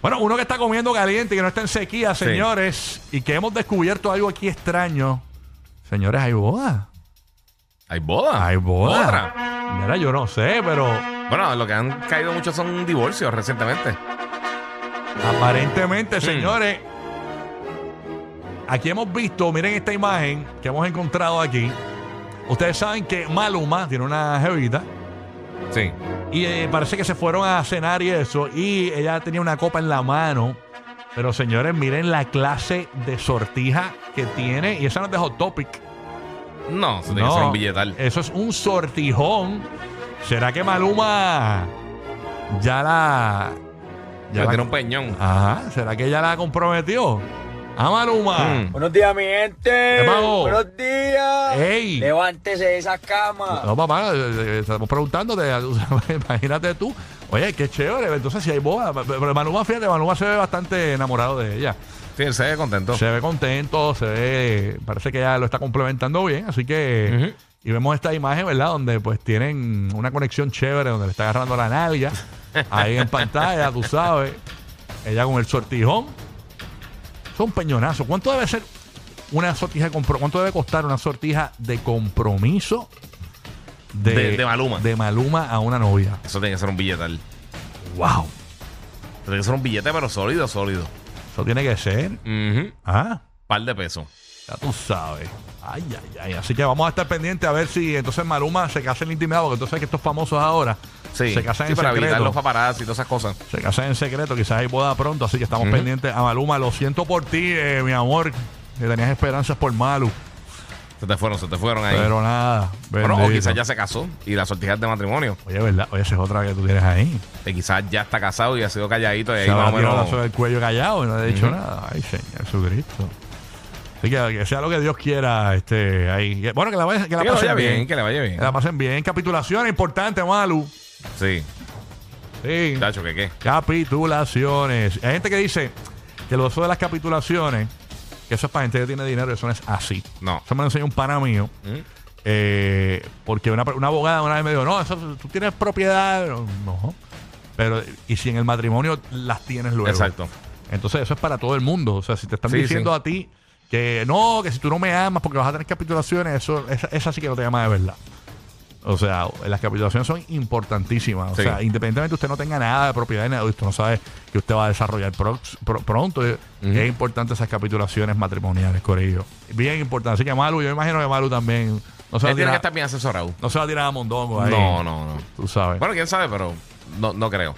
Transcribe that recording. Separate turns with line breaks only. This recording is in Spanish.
Bueno, uno que está comiendo caliente, que no está en sequía,
Sí.
señores, y que hemos descubierto algo aquí extraño. Señores, hay boda.
Hay boda.
Hay boda.
Otra.
Mira, yo no sé, pero
Bueno, lo que han caído muchos son divorcios recientemente.
aparentemente, señores, aquí hemos visto, miren esta imagen que hemos encontrado aquí. Ustedes saben que Maluma tiene una jevita
Sí.
y eh, parece que se fueron a cenar y eso, y ella tenía una copa en la mano. Pero señores, miren la clase de sortija que tiene, y esa no es de Hot Topic.
No, eso tiene que ser un billetal.
Eso es un sortijón. ¿Será que Maluma ya la.
Le tiene un peñón.
Ajá, ¿será que ya la comprometió? A Maluma.
Mm.
Buenos días, mi gente.
¿Qué pasó?
Buenos días.
Ey.
Levántese de esa cama.
No, papá, eh, eh, estamos preguntándote. Imagínate tú. Oye, qué chévere. Entonces, si hay boda. Pero Maluma, fíjate, Maluma se ve bastante enamorado de ella.
Sí, él se ve contento.
Se ve contento, se ve. Parece que ya lo está complementando bien, así que.
Ujú.
Y vemos esta imagen, ¿verdad? Donde pues tienen una conexión chévere, donde le está agarrando la nalga. ahí en pantalla, tú sabes. Ella con el sortijón. Son peñonazos. ¿Cuánto debe ser una sortija de compro- ¿Cuánto debe costar una sortija de compromiso
De- de Maluma.
De Maluma a una novia.
Eso tiene que ser un billetal.
¡Wow!
Eso tiene que ser un billete, pero sólido, sólido.
Eso tiene que ser.
Ujú.
Ah.
Par de pesos.
Ya tú sabes. Ay, ay, ay. Así que vamos a estar pendientes a ver si entonces Maluma se casa en la intimidad, porque entonces que estos famosos ahora
Sí.
se casan
sí,
en
para evitar los
secreto.
paparazzi y todas esas cosas.
Se casan en secreto, quizás hay boda pronto, así que estamos pendientes a Maluma. Lo siento por ti, eh, mi amor. Que tenías esperanzas por Malu.
Se te fueron, se te fueron ahí.
Pero nada.
Bueno, o
bendito.
quizás ya se casó y la sortija es de matrimonio.
Oye, ¿verdad? Oye, esa es otra que tú tienes ahí.
Y quizás ya está casado y ha sido calladito y ahí
Se habrá
más o
tirado la
menos.
soga del cuello callado y no le he dicho
Ujú.
nada. Ay, Señor Jesucristo. Así que, que sea lo que Dios quiera, este, ahí. Bueno, que la, vaya- que la
Que le
pasen
vaya bien,
bien.
que le vaya bien.
Que la pasen bien. Capitulación importante, Malu.
Sí,
Sí.
chacho, que qué.
Capitulaciones. Hay gente que dice que lo uso de las capitulaciones, que eso es para gente que tiene dinero, eso no es así.
No.
Eso me lo enseñó un pana mío.
¿Mm?
eh, porque una, una abogada una vez me dijo, no, eso, tú tienes propiedad. No. Pero, y si en el matrimonio las tienes luego.
Exacto.
Entonces, eso es para todo el mundo. O sea, si te están
Sí,
diciendo
sí.
a ti que no, que si tú no me amas porque vas a tener capitulaciones, eso, esa, esa sí que no te ama de verdad. O sea, las capitulaciones son importantísimas. O
Sí.
sea, independientemente usted no tenga nada de propiedad, ni nada, usted no sabe que usted va a desarrollar prox- pro- pronto. Es importante esas capitulaciones matrimoniales, Corillo. Bien importante. Así que Malu, yo imagino que Malu también no se va a
Él tiene que
tirar,
estar bien asesorado.
no se va a, tirar a Mondongo ahí.
No, no, no.
Tú sabes.
Bueno, quién sabe, pero no, no creo.